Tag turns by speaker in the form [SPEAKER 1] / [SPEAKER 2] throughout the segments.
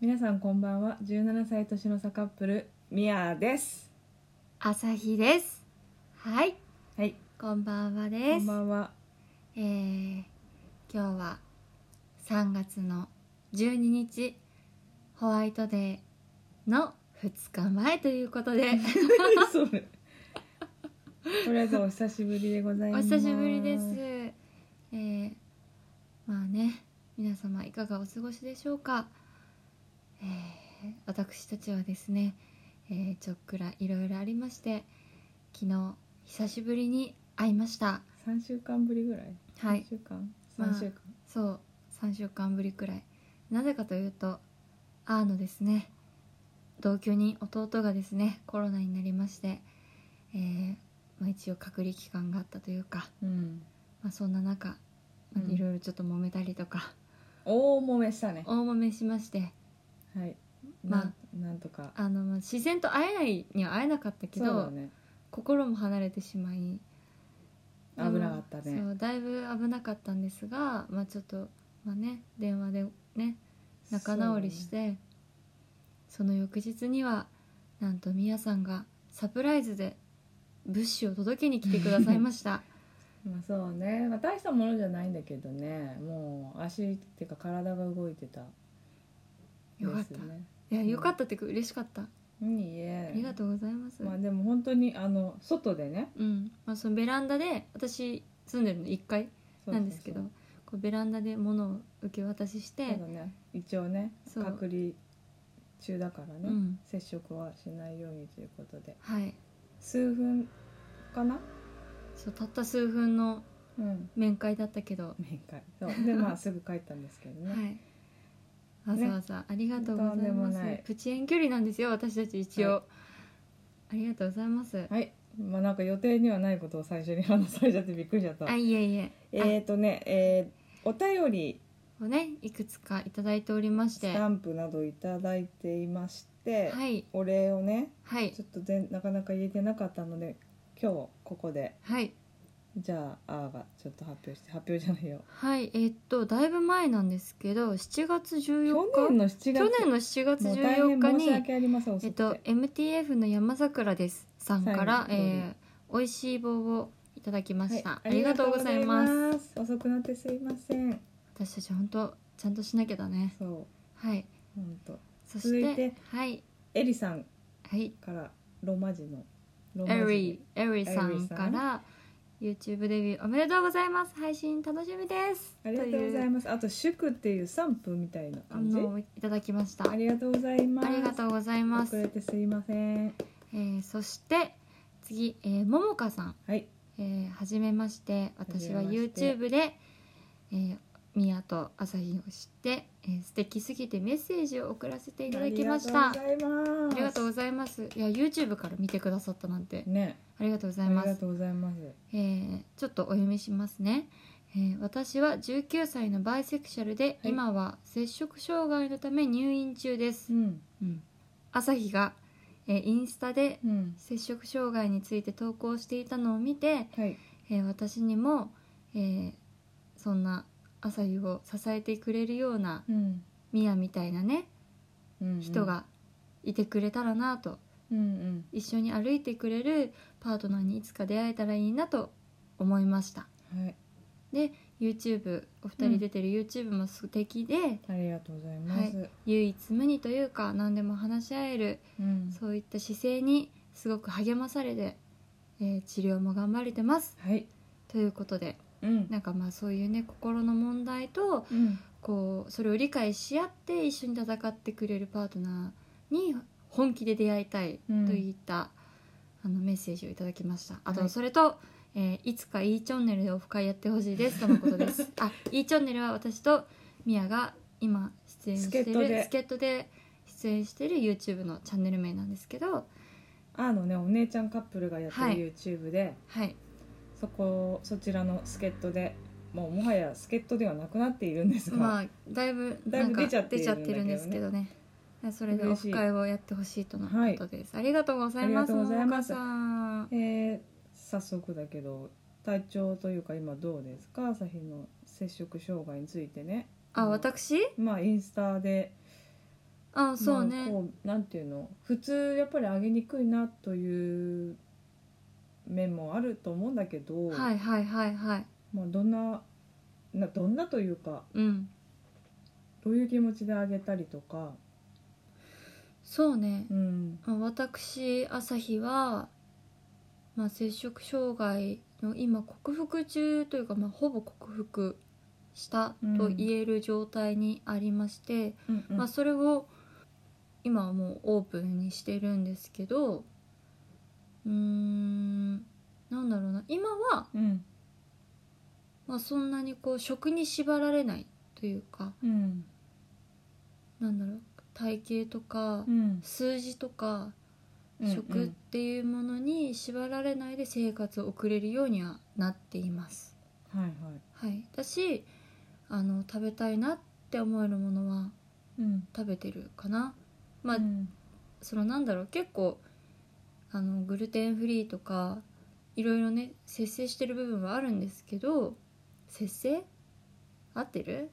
[SPEAKER 1] 皆さんこんばんは17歳年の差カップルミヤです
[SPEAKER 2] 朝日ですはい
[SPEAKER 1] はい
[SPEAKER 2] こんばんは
[SPEAKER 1] こ
[SPEAKER 2] です
[SPEAKER 1] んばんは
[SPEAKER 2] えー今日は3月の12日ホワイトデーの2日前ということ で
[SPEAKER 1] それとりあえずお久しぶりでござい
[SPEAKER 2] お
[SPEAKER 1] ます
[SPEAKER 2] 久しぶりですえーまあね皆様いかがお過ごしでしょうか、えー私たちはですね、えーちょっくらいろいろありまして昨日久しぶりに会いました
[SPEAKER 1] 3週間ぶりぐらい
[SPEAKER 2] はい
[SPEAKER 1] 3週間
[SPEAKER 2] まあ
[SPEAKER 1] 3週間、
[SPEAKER 2] そう3週間ぶりくらいなぜかというとあーのですね同居人弟がですねコロナになりまして、えーまあ、一応隔離期間があったというか、
[SPEAKER 1] うん
[SPEAKER 2] まあ、そんな中、まあ
[SPEAKER 1] うん
[SPEAKER 2] いろいろちょっと揉めたりとか、
[SPEAKER 1] 大揉めしたね
[SPEAKER 2] 大揉めしまして
[SPEAKER 1] はい
[SPEAKER 2] ま
[SPEAKER 1] なんなんとか
[SPEAKER 2] あのまあ自然と会えないには会えなかったけ
[SPEAKER 1] そうだ
[SPEAKER 2] ど、
[SPEAKER 1] ね
[SPEAKER 2] 心も離れてしまい
[SPEAKER 1] 危なかった
[SPEAKER 2] でも
[SPEAKER 1] ね
[SPEAKER 2] そうだいぶ危なかったんですが、まあ、ちょっと、まあね、電話でね仲直りしてそ,、の翌日にはなんとミヤさんがサプライズで物資を届けに来てくださいました
[SPEAKER 1] まあそうね、まあ、大したものじゃないんだけどねもう足っていうか体が動いてた ですね
[SPEAKER 2] よかったいやよかったってか嬉しかった、
[SPEAKER 1] うんいいえ
[SPEAKER 2] ありがとうございます、
[SPEAKER 1] まあでも本当にあの外でね
[SPEAKER 2] うんまあ、そのベランダで私住んでるの1階
[SPEAKER 1] そうそうそう
[SPEAKER 2] なんですけどこうベランダで物を受け渡しして、
[SPEAKER 1] そうだね一応ね
[SPEAKER 2] そう
[SPEAKER 1] 隔離中だからね、
[SPEAKER 2] うん
[SPEAKER 1] 接触はしないようにということで
[SPEAKER 2] はい
[SPEAKER 1] 数分かな
[SPEAKER 2] そうたった数分の
[SPEAKER 1] うん
[SPEAKER 2] 面会だったけど、
[SPEAKER 1] 面会そうでまあすぐ帰ったんですけどね、
[SPEAKER 2] はい。わざわざありがとうござ
[SPEAKER 1] とんで
[SPEAKER 2] い
[SPEAKER 1] も
[SPEAKER 2] ます。
[SPEAKER 1] ない
[SPEAKER 2] プチ遠距離なんですよ私たち一応、
[SPEAKER 1] は
[SPEAKER 2] ありがとうございます。
[SPEAKER 1] はいまあなんか予定にはないことを最初に話されちゃってびっくりしちゃった、
[SPEAKER 2] あいえいえ。
[SPEAKER 1] えっ、ー、とねえーお便り
[SPEAKER 2] をねいくつかいただいておりまし
[SPEAKER 1] ス
[SPEAKER 2] て、
[SPEAKER 1] タ
[SPEAKER 2] は
[SPEAKER 1] ンプなどいただいていまして、
[SPEAKER 2] い
[SPEAKER 1] お礼をね
[SPEAKER 2] はい
[SPEAKER 1] ちょっと全なかなか言えてなかったので今日ここで
[SPEAKER 2] はい
[SPEAKER 1] じゃああーがちょっと発表して発表じゃないよ
[SPEAKER 2] はいえーっとだいぶ前なんですけど7月14
[SPEAKER 1] 去
[SPEAKER 2] 日
[SPEAKER 1] 年の7月
[SPEAKER 2] 去年の7月
[SPEAKER 1] もう大変
[SPEAKER 2] 14日
[SPEAKER 1] 申
[SPEAKER 2] に
[SPEAKER 1] し訳ありません
[SPEAKER 2] え
[SPEAKER 1] 遅
[SPEAKER 2] っ
[SPEAKER 1] くて、
[SPEAKER 2] と MTF の山桜ですさんから、
[SPEAKER 1] 最後の
[SPEAKER 2] えー、美味しい棒をいただきました、
[SPEAKER 1] はい
[SPEAKER 2] ありがとうございます
[SPEAKER 1] ありがとうございます遅くなってすいません
[SPEAKER 2] 私たち本当ちゃんとしなきゃだね
[SPEAKER 1] そう
[SPEAKER 2] はい
[SPEAKER 1] 本当
[SPEAKER 2] そして
[SPEAKER 1] 続いて
[SPEAKER 2] はい
[SPEAKER 1] エリさん
[SPEAKER 2] はい
[SPEAKER 1] からローマ字のロマ
[SPEAKER 2] エ
[SPEAKER 1] 字
[SPEAKER 2] リエリさんから YouTube デビューおめでとうございます配信楽しみです
[SPEAKER 1] ありがとうござい
[SPEAKER 2] ま
[SPEAKER 1] ますあと祝っていう3分みたいな
[SPEAKER 2] あ
[SPEAKER 1] 感じ
[SPEAKER 2] のいただきました
[SPEAKER 1] ありがとうございます
[SPEAKER 2] ありがとうございま
[SPEAKER 1] 遅れ
[SPEAKER 2] す、
[SPEAKER 1] てすいません
[SPEAKER 2] えーそして次、えー、ももかさん、
[SPEAKER 1] はい
[SPEAKER 2] えー、はじめまして私は
[SPEAKER 1] はじめまして
[SPEAKER 2] YouTube でえーみや、と朝日を知って、えー素敵すぎてメッセージを送らせていただきました
[SPEAKER 1] ありがとうございます
[SPEAKER 2] ありがとう
[SPEAKER 1] ご
[SPEAKER 2] ございますいや YouTube から見てくださったなんて
[SPEAKER 1] ね
[SPEAKER 2] ありがとうござ
[SPEAKER 1] あ
[SPEAKER 2] い
[SPEAKER 1] り
[SPEAKER 2] ます
[SPEAKER 1] がとうございます
[SPEAKER 2] えーちょっとお読みしますね、えー私は19歳のバイセクシャルで、
[SPEAKER 1] はい
[SPEAKER 2] 今は摂食障害のため入院中です
[SPEAKER 1] う、ん
[SPEAKER 2] 朝日が、えーインスタで
[SPEAKER 1] うん
[SPEAKER 2] 摂食障害について投稿していたのを見て、
[SPEAKER 1] はい
[SPEAKER 2] えー私にも、えーそんな朝日を支えてくれるような
[SPEAKER 1] うん
[SPEAKER 2] ミヤみたいなね
[SPEAKER 1] うんうん
[SPEAKER 2] 人がいてくれたらなと
[SPEAKER 1] うんうん
[SPEAKER 2] 一緒に歩いてくれるパートナーにいつか出会えたらいいなと思いました
[SPEAKER 1] はい、
[SPEAKER 2] で YouTube お二
[SPEAKER 1] うん
[SPEAKER 2] 人出てる YouTube も素敵で、
[SPEAKER 1] ありがとうございます。
[SPEAKER 2] 唯一無二というか何でも話し合える
[SPEAKER 1] うん、
[SPEAKER 2] そういった姿勢にすごく励まされて、えー治療も頑張れてます
[SPEAKER 1] はい、
[SPEAKER 2] ということで
[SPEAKER 1] うん、
[SPEAKER 2] なんかまあそういうね心の問題と
[SPEAKER 1] うん、
[SPEAKER 2] こうそれを理解し合って一緒に戦ってくれるパートナーに本気で出会いたい
[SPEAKER 1] うん
[SPEAKER 2] といった、あのメッセージをいただきましたあと、
[SPEAKER 1] はい
[SPEAKER 2] それと、えーいつか E チャンネルでオフ会やってほしいですとのことです あ E チャンネルは私とミヤが今出演して
[SPEAKER 1] 助っ人
[SPEAKER 2] る
[SPEAKER 1] で
[SPEAKER 2] 助っ人で出演してる YouTube のチャンネル名なんですけど
[SPEAKER 1] あのね、お姉ちゃんカップルがやって
[SPEAKER 2] はい
[SPEAKER 1] る YouTube で、
[SPEAKER 2] はい
[SPEAKER 1] そこ、そちらの助っ人で。もうもはや助っ人ではなくなっているんですが、
[SPEAKER 2] まあだいぶ
[SPEAKER 1] だい
[SPEAKER 2] な
[SPEAKER 1] ぶ
[SPEAKER 2] んか
[SPEAKER 1] 出ちゃって
[SPEAKER 2] 出
[SPEAKER 1] るん
[SPEAKER 2] ち
[SPEAKER 1] だけどね
[SPEAKER 2] ゃってるんですけどねそれでオ
[SPEAKER 1] 嬉しい
[SPEAKER 2] フ会をやってほしいとのことです、ありがとうございます
[SPEAKER 1] ありがとうございます
[SPEAKER 2] ももかさん
[SPEAKER 1] えー早速だけど体調というか今どうですか朝日の摂食障害についてね
[SPEAKER 2] あ私
[SPEAKER 1] まあインスタで
[SPEAKER 2] あそう
[SPEAKER 1] まあ
[SPEAKER 2] ね、
[SPEAKER 1] こうなんていうの普通やっぱり上げにくいなという面もあると思うんだけど、
[SPEAKER 2] はいはいはいはい
[SPEAKER 1] まあ、どんななどんなというか
[SPEAKER 2] うん
[SPEAKER 1] どういう気持ちで上げたりとか、
[SPEAKER 2] そうね
[SPEAKER 1] うん、
[SPEAKER 2] あ私朝日は、まあ、摂食障害の今克服中というか、まあ、ほぼ克服したと言える状態にありまして、
[SPEAKER 1] うんうん
[SPEAKER 2] まあ、それを今はもうオープンにしてるんですけどうーんなんだろうな今は、
[SPEAKER 1] うん
[SPEAKER 2] まあ、そんなにこう食に縛られないというか
[SPEAKER 1] うん
[SPEAKER 2] なんだろう体型とか
[SPEAKER 1] うん
[SPEAKER 2] 数字とか
[SPEAKER 1] うん
[SPEAKER 2] 食っていうものに縛られないで生活を送れるようにはなっています。
[SPEAKER 1] はいはい、
[SPEAKER 2] はい、だしあの食べたいなって思えるものは
[SPEAKER 1] うん
[SPEAKER 2] 食べてるかな。まあ、
[SPEAKER 1] うん
[SPEAKER 2] そのなんだろう結構あのグルテンフリーとかいろいろね節制してる部分はあるんですけど節制合ってる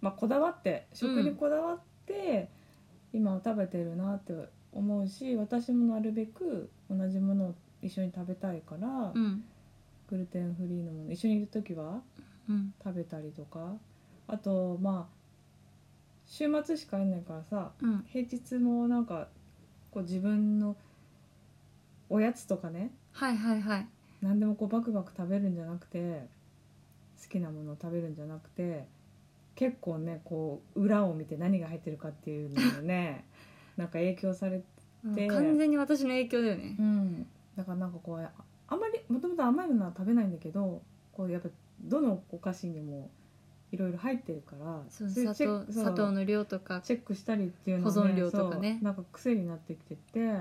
[SPEAKER 1] まあ、こだわって食にこだわって、今は食べてるなって思うし私もなるべく同じものを一緒に食べたいから、
[SPEAKER 2] うん
[SPEAKER 1] グルテンフリーのもの一緒にいる時は
[SPEAKER 2] うん
[SPEAKER 1] 食べたりとかあとまあ週末しかいないからさ
[SPEAKER 2] うん
[SPEAKER 1] 平日もなんかこう自分のおやつとかね
[SPEAKER 2] はいはいはい
[SPEAKER 1] 何でもこうバクバク食べるんじゃなくて好きなものを食べるんじゃなくて結構ねこう裏を見て何が入ってるかっていうのを ねなんか影響されて、
[SPEAKER 2] うん
[SPEAKER 1] で
[SPEAKER 2] 完全に私の影響だよね
[SPEAKER 1] うん、だからなんかこうああんまりもともと甘いものは食べないんだけどこうやっぱどのお菓子にもいろいろ入ってるから
[SPEAKER 2] そう
[SPEAKER 1] れ
[SPEAKER 2] 砂
[SPEAKER 1] チェッ
[SPEAKER 2] 糖
[SPEAKER 1] クそう
[SPEAKER 2] 砂糖の量とか
[SPEAKER 1] チェックしたりっていうのは
[SPEAKER 2] 保存量とかね
[SPEAKER 1] そうなんか癖になってきてて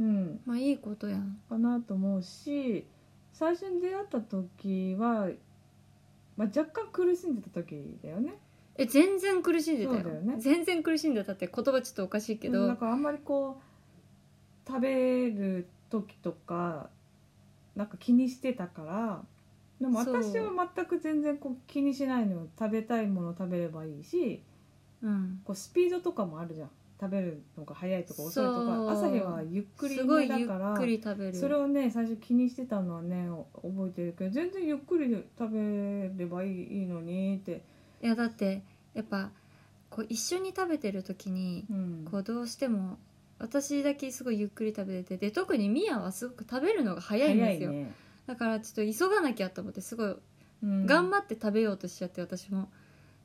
[SPEAKER 1] うん
[SPEAKER 2] まあいいことやん
[SPEAKER 1] かなと思うし最初に出会った時は、まあ、若干苦しんでた時だよね
[SPEAKER 2] え全然苦しんでたよ
[SPEAKER 1] そうだよね
[SPEAKER 2] 全然苦しんでたって言葉ちょっとおかしいけど、
[SPEAKER 1] うんなんかあんまりこう食べる時とかなんか気にしてたからでも
[SPEAKER 2] そう
[SPEAKER 1] 私は全く全然こう気にしないのよ食べたいもの食べればいいし
[SPEAKER 2] うん
[SPEAKER 1] こうスピードとかもあるじゃん食べるのが早いとか遅いと
[SPEAKER 2] そう
[SPEAKER 1] か朝日はゆっくり
[SPEAKER 2] すごいゆ
[SPEAKER 1] だ
[SPEAKER 2] っ
[SPEAKER 1] から
[SPEAKER 2] くり食べる
[SPEAKER 1] それをね最初気にしてたのはねお覚えてるけど全然ゆっくり食べればいいいいのにって、
[SPEAKER 2] いやだってやっぱこう一緒に食べてる時に
[SPEAKER 1] うん
[SPEAKER 2] こうどうしても私だけすごいゆっくり食べててで特にミヤはすごく食べるのが早いんですよ、
[SPEAKER 1] ね
[SPEAKER 2] だからちょっと急がなきゃと思ってすごい
[SPEAKER 1] うん
[SPEAKER 2] 頑張って食べようとしちゃって私も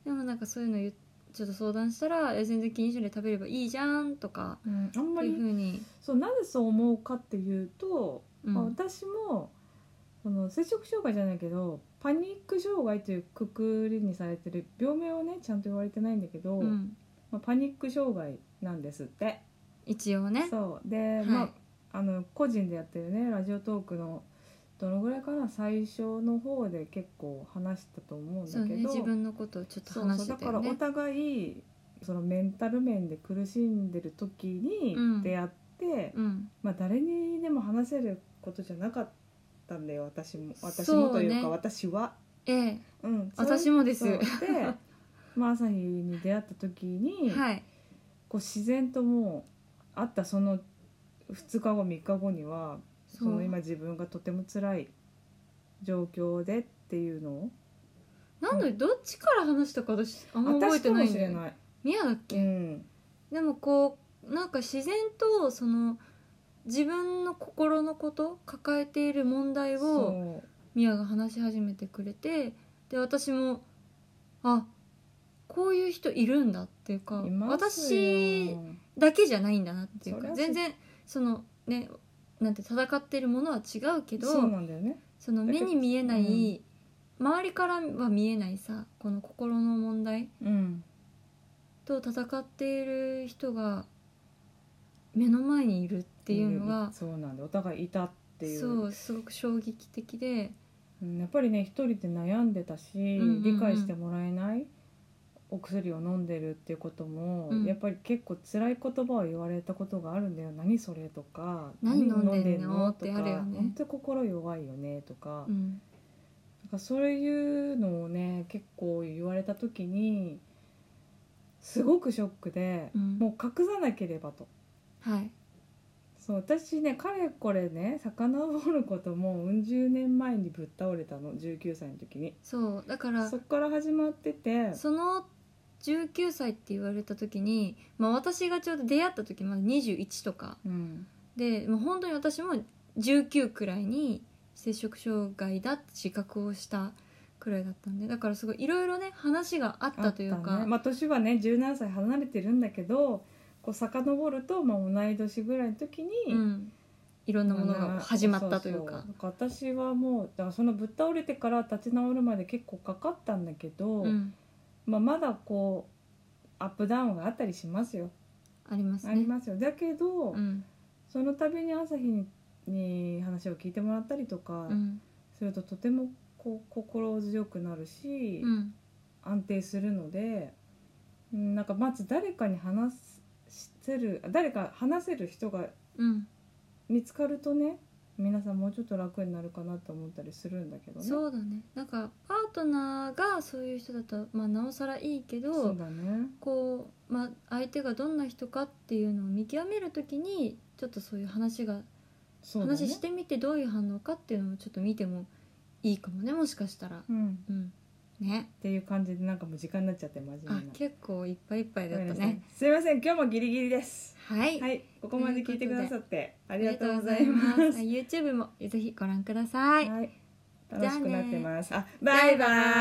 [SPEAKER 2] でもなんかそういうの言っちょっと相談したら「え全然気にしないで食べればいいじゃん」とか
[SPEAKER 1] うんあん
[SPEAKER 2] そ
[SPEAKER 1] ま
[SPEAKER 2] ういうふ
[SPEAKER 1] り
[SPEAKER 2] うに、
[SPEAKER 1] そうなぜそう思うかっていうと、
[SPEAKER 2] うん
[SPEAKER 1] まあ、私もその摂食障害じゃないけどパニック障害というくくりにされてる病名をねちゃんと言われてないんだけど、
[SPEAKER 2] うん
[SPEAKER 1] まあ、パニック障害なんですって。
[SPEAKER 2] 一応ね
[SPEAKER 1] そうで、
[SPEAKER 2] い
[SPEAKER 1] まああの個人でやってるねラジオトークのどのぐらいかな最初の方で結構話したと思うん
[SPEAKER 2] そう
[SPEAKER 1] だ
[SPEAKER 2] ね
[SPEAKER 1] けど
[SPEAKER 2] 自分のことをちょっと
[SPEAKER 1] そう
[SPEAKER 2] 話
[SPEAKER 1] そう
[SPEAKER 2] して
[SPEAKER 1] だか
[SPEAKER 2] たよ
[SPEAKER 1] らお
[SPEAKER 2] ね
[SPEAKER 1] 互いそのメンタル面で苦しんでる時に
[SPEAKER 2] うん
[SPEAKER 1] 出会って、
[SPEAKER 2] うん
[SPEAKER 1] まあ誰にでも話せることじゃなかったんだよ私も私
[SPEAKER 2] そう
[SPEAKER 1] も
[SPEAKER 2] ね
[SPEAKER 1] というか私は、
[SPEAKER 2] ええ
[SPEAKER 1] うん、
[SPEAKER 2] 私もです
[SPEAKER 1] そうで、まあ、朝日に出会った時 に、
[SPEAKER 2] はい
[SPEAKER 1] こう自然ともう会ったその2日後3日後にはそ
[SPEAKER 2] そう
[SPEAKER 1] の今自分がとても辛い状況でっていうのを
[SPEAKER 2] なんでどっちから話したか私あんま覚え
[SPEAKER 1] 私
[SPEAKER 2] て
[SPEAKER 1] か
[SPEAKER 2] な
[SPEAKER 1] も
[SPEAKER 2] いん
[SPEAKER 1] し
[SPEAKER 2] だ
[SPEAKER 1] れ
[SPEAKER 2] よね
[SPEAKER 1] ない、
[SPEAKER 2] ミヤだっ
[SPEAKER 1] う
[SPEAKER 2] け、
[SPEAKER 1] ん、
[SPEAKER 2] でもこうなんか自然とその自分の心のこと抱えている問題を
[SPEAKER 1] そ
[SPEAKER 2] ミヤが話し始めてくれてで私もあこういう人いるんだっていうか
[SPEAKER 1] ういますよ
[SPEAKER 2] 私だけじゃないんだなっていう
[SPEAKER 1] そり
[SPEAKER 2] か
[SPEAKER 1] ゃ
[SPEAKER 2] 全然そのねなんて戦っているものは違うけど
[SPEAKER 1] そうなんだよね
[SPEAKER 2] その
[SPEAKER 1] だけど
[SPEAKER 2] 目に見えない、周りからは見えないさこの心の問題
[SPEAKER 1] うん
[SPEAKER 2] と戦っている人が目の前にいるっていうのが
[SPEAKER 1] そうなんでお互いいたっていう
[SPEAKER 2] そうすごく衝撃的で
[SPEAKER 1] うんやっぱりね一人で悩んでたし、
[SPEAKER 2] んうん
[SPEAKER 1] 理解してもらえないお薬を飲んでるっていうことも、
[SPEAKER 2] うん
[SPEAKER 1] やっぱり結構辛い言葉を言われたことがあるんだよ「何それ」とか「
[SPEAKER 2] 何飲んでんの
[SPEAKER 1] と
[SPEAKER 2] って
[SPEAKER 1] か
[SPEAKER 2] あるよね
[SPEAKER 1] 本当に心弱いよね」とか,、
[SPEAKER 2] うん
[SPEAKER 1] なんかそういうのをね結構言われた時にすごくショックで、
[SPEAKER 2] うん
[SPEAKER 1] もう隠さなければと
[SPEAKER 2] はい
[SPEAKER 1] そう私ねかれこれね遡ることもうん十年前にぶっ倒れたの19歳の時に
[SPEAKER 2] そうだから
[SPEAKER 1] そっから始まってて
[SPEAKER 2] その19歳って言われた時に、まあ、私がちょうど出会った時まだ21とか
[SPEAKER 1] うん
[SPEAKER 2] でもう本当に私も19くらいに摂食障害だって自覚をしたくらいだったんでだからすごいいろいろね話があっ
[SPEAKER 1] あ
[SPEAKER 2] たという
[SPEAKER 1] った
[SPEAKER 2] か、
[SPEAKER 1] ねまあ、年はね17歳離れてるんだけどこう遡ると、まあ、同い年ぐらいの時に、
[SPEAKER 2] うん、いろんなものが始まったという
[SPEAKER 1] そ
[SPEAKER 2] か
[SPEAKER 1] そなんか私はもうだからそのぶっ倒れてから立ち直るまで結構かかったんだけど、
[SPEAKER 2] うん
[SPEAKER 1] まあ、まだこうアップダウンがあったりしますよ、
[SPEAKER 2] あります
[SPEAKER 1] あり
[SPEAKER 2] ね。
[SPEAKER 1] ますよだけど、
[SPEAKER 2] うん
[SPEAKER 1] その度に朝日にに話を聞いてもらったりとか
[SPEAKER 2] うん
[SPEAKER 1] するととてもこう心強くなるし、
[SPEAKER 2] うん
[SPEAKER 1] 安定するのでうんなんかまず誰かに話せる誰か話せる人が
[SPEAKER 2] うん
[SPEAKER 1] 見つかるとね皆さんもうちょっと楽になるかなと思ったりするんだけどね。
[SPEAKER 2] そうだねなんかパートナーがそういう人だと、まあ、なおさらいいけ
[SPEAKER 1] そ
[SPEAKER 2] ど
[SPEAKER 1] うだね
[SPEAKER 2] こう、まあ、相手がどんな人かっていうのを見極めるときにちょっとそういう話が、
[SPEAKER 1] そうだね
[SPEAKER 2] 話してみてどういう反応かっていうのをちょっと見てもいいかもねもしかしたら。
[SPEAKER 1] うん、
[SPEAKER 2] うん、ね
[SPEAKER 1] っていう感じでなんかもう時間になっちゃって真面目な
[SPEAKER 2] あ結構いっぱいいっぱいだっ
[SPEAKER 1] ごめん
[SPEAKER 2] た
[SPEAKER 1] なさい
[SPEAKER 2] ね。
[SPEAKER 1] すいません今日もギリギリです
[SPEAKER 2] はい、
[SPEAKER 1] はいここまで聞いてくださってあ
[SPEAKER 2] あ
[SPEAKER 1] りがとうございます
[SPEAKER 2] りがとうございます YouTube もぜひご覧ください。
[SPEAKER 1] はい楽しくなってますあバ
[SPEAKER 2] バ
[SPEAKER 1] イ
[SPEAKER 2] イ
[SPEAKER 1] バ
[SPEAKER 2] バ
[SPEAKER 1] イ
[SPEAKER 2] イ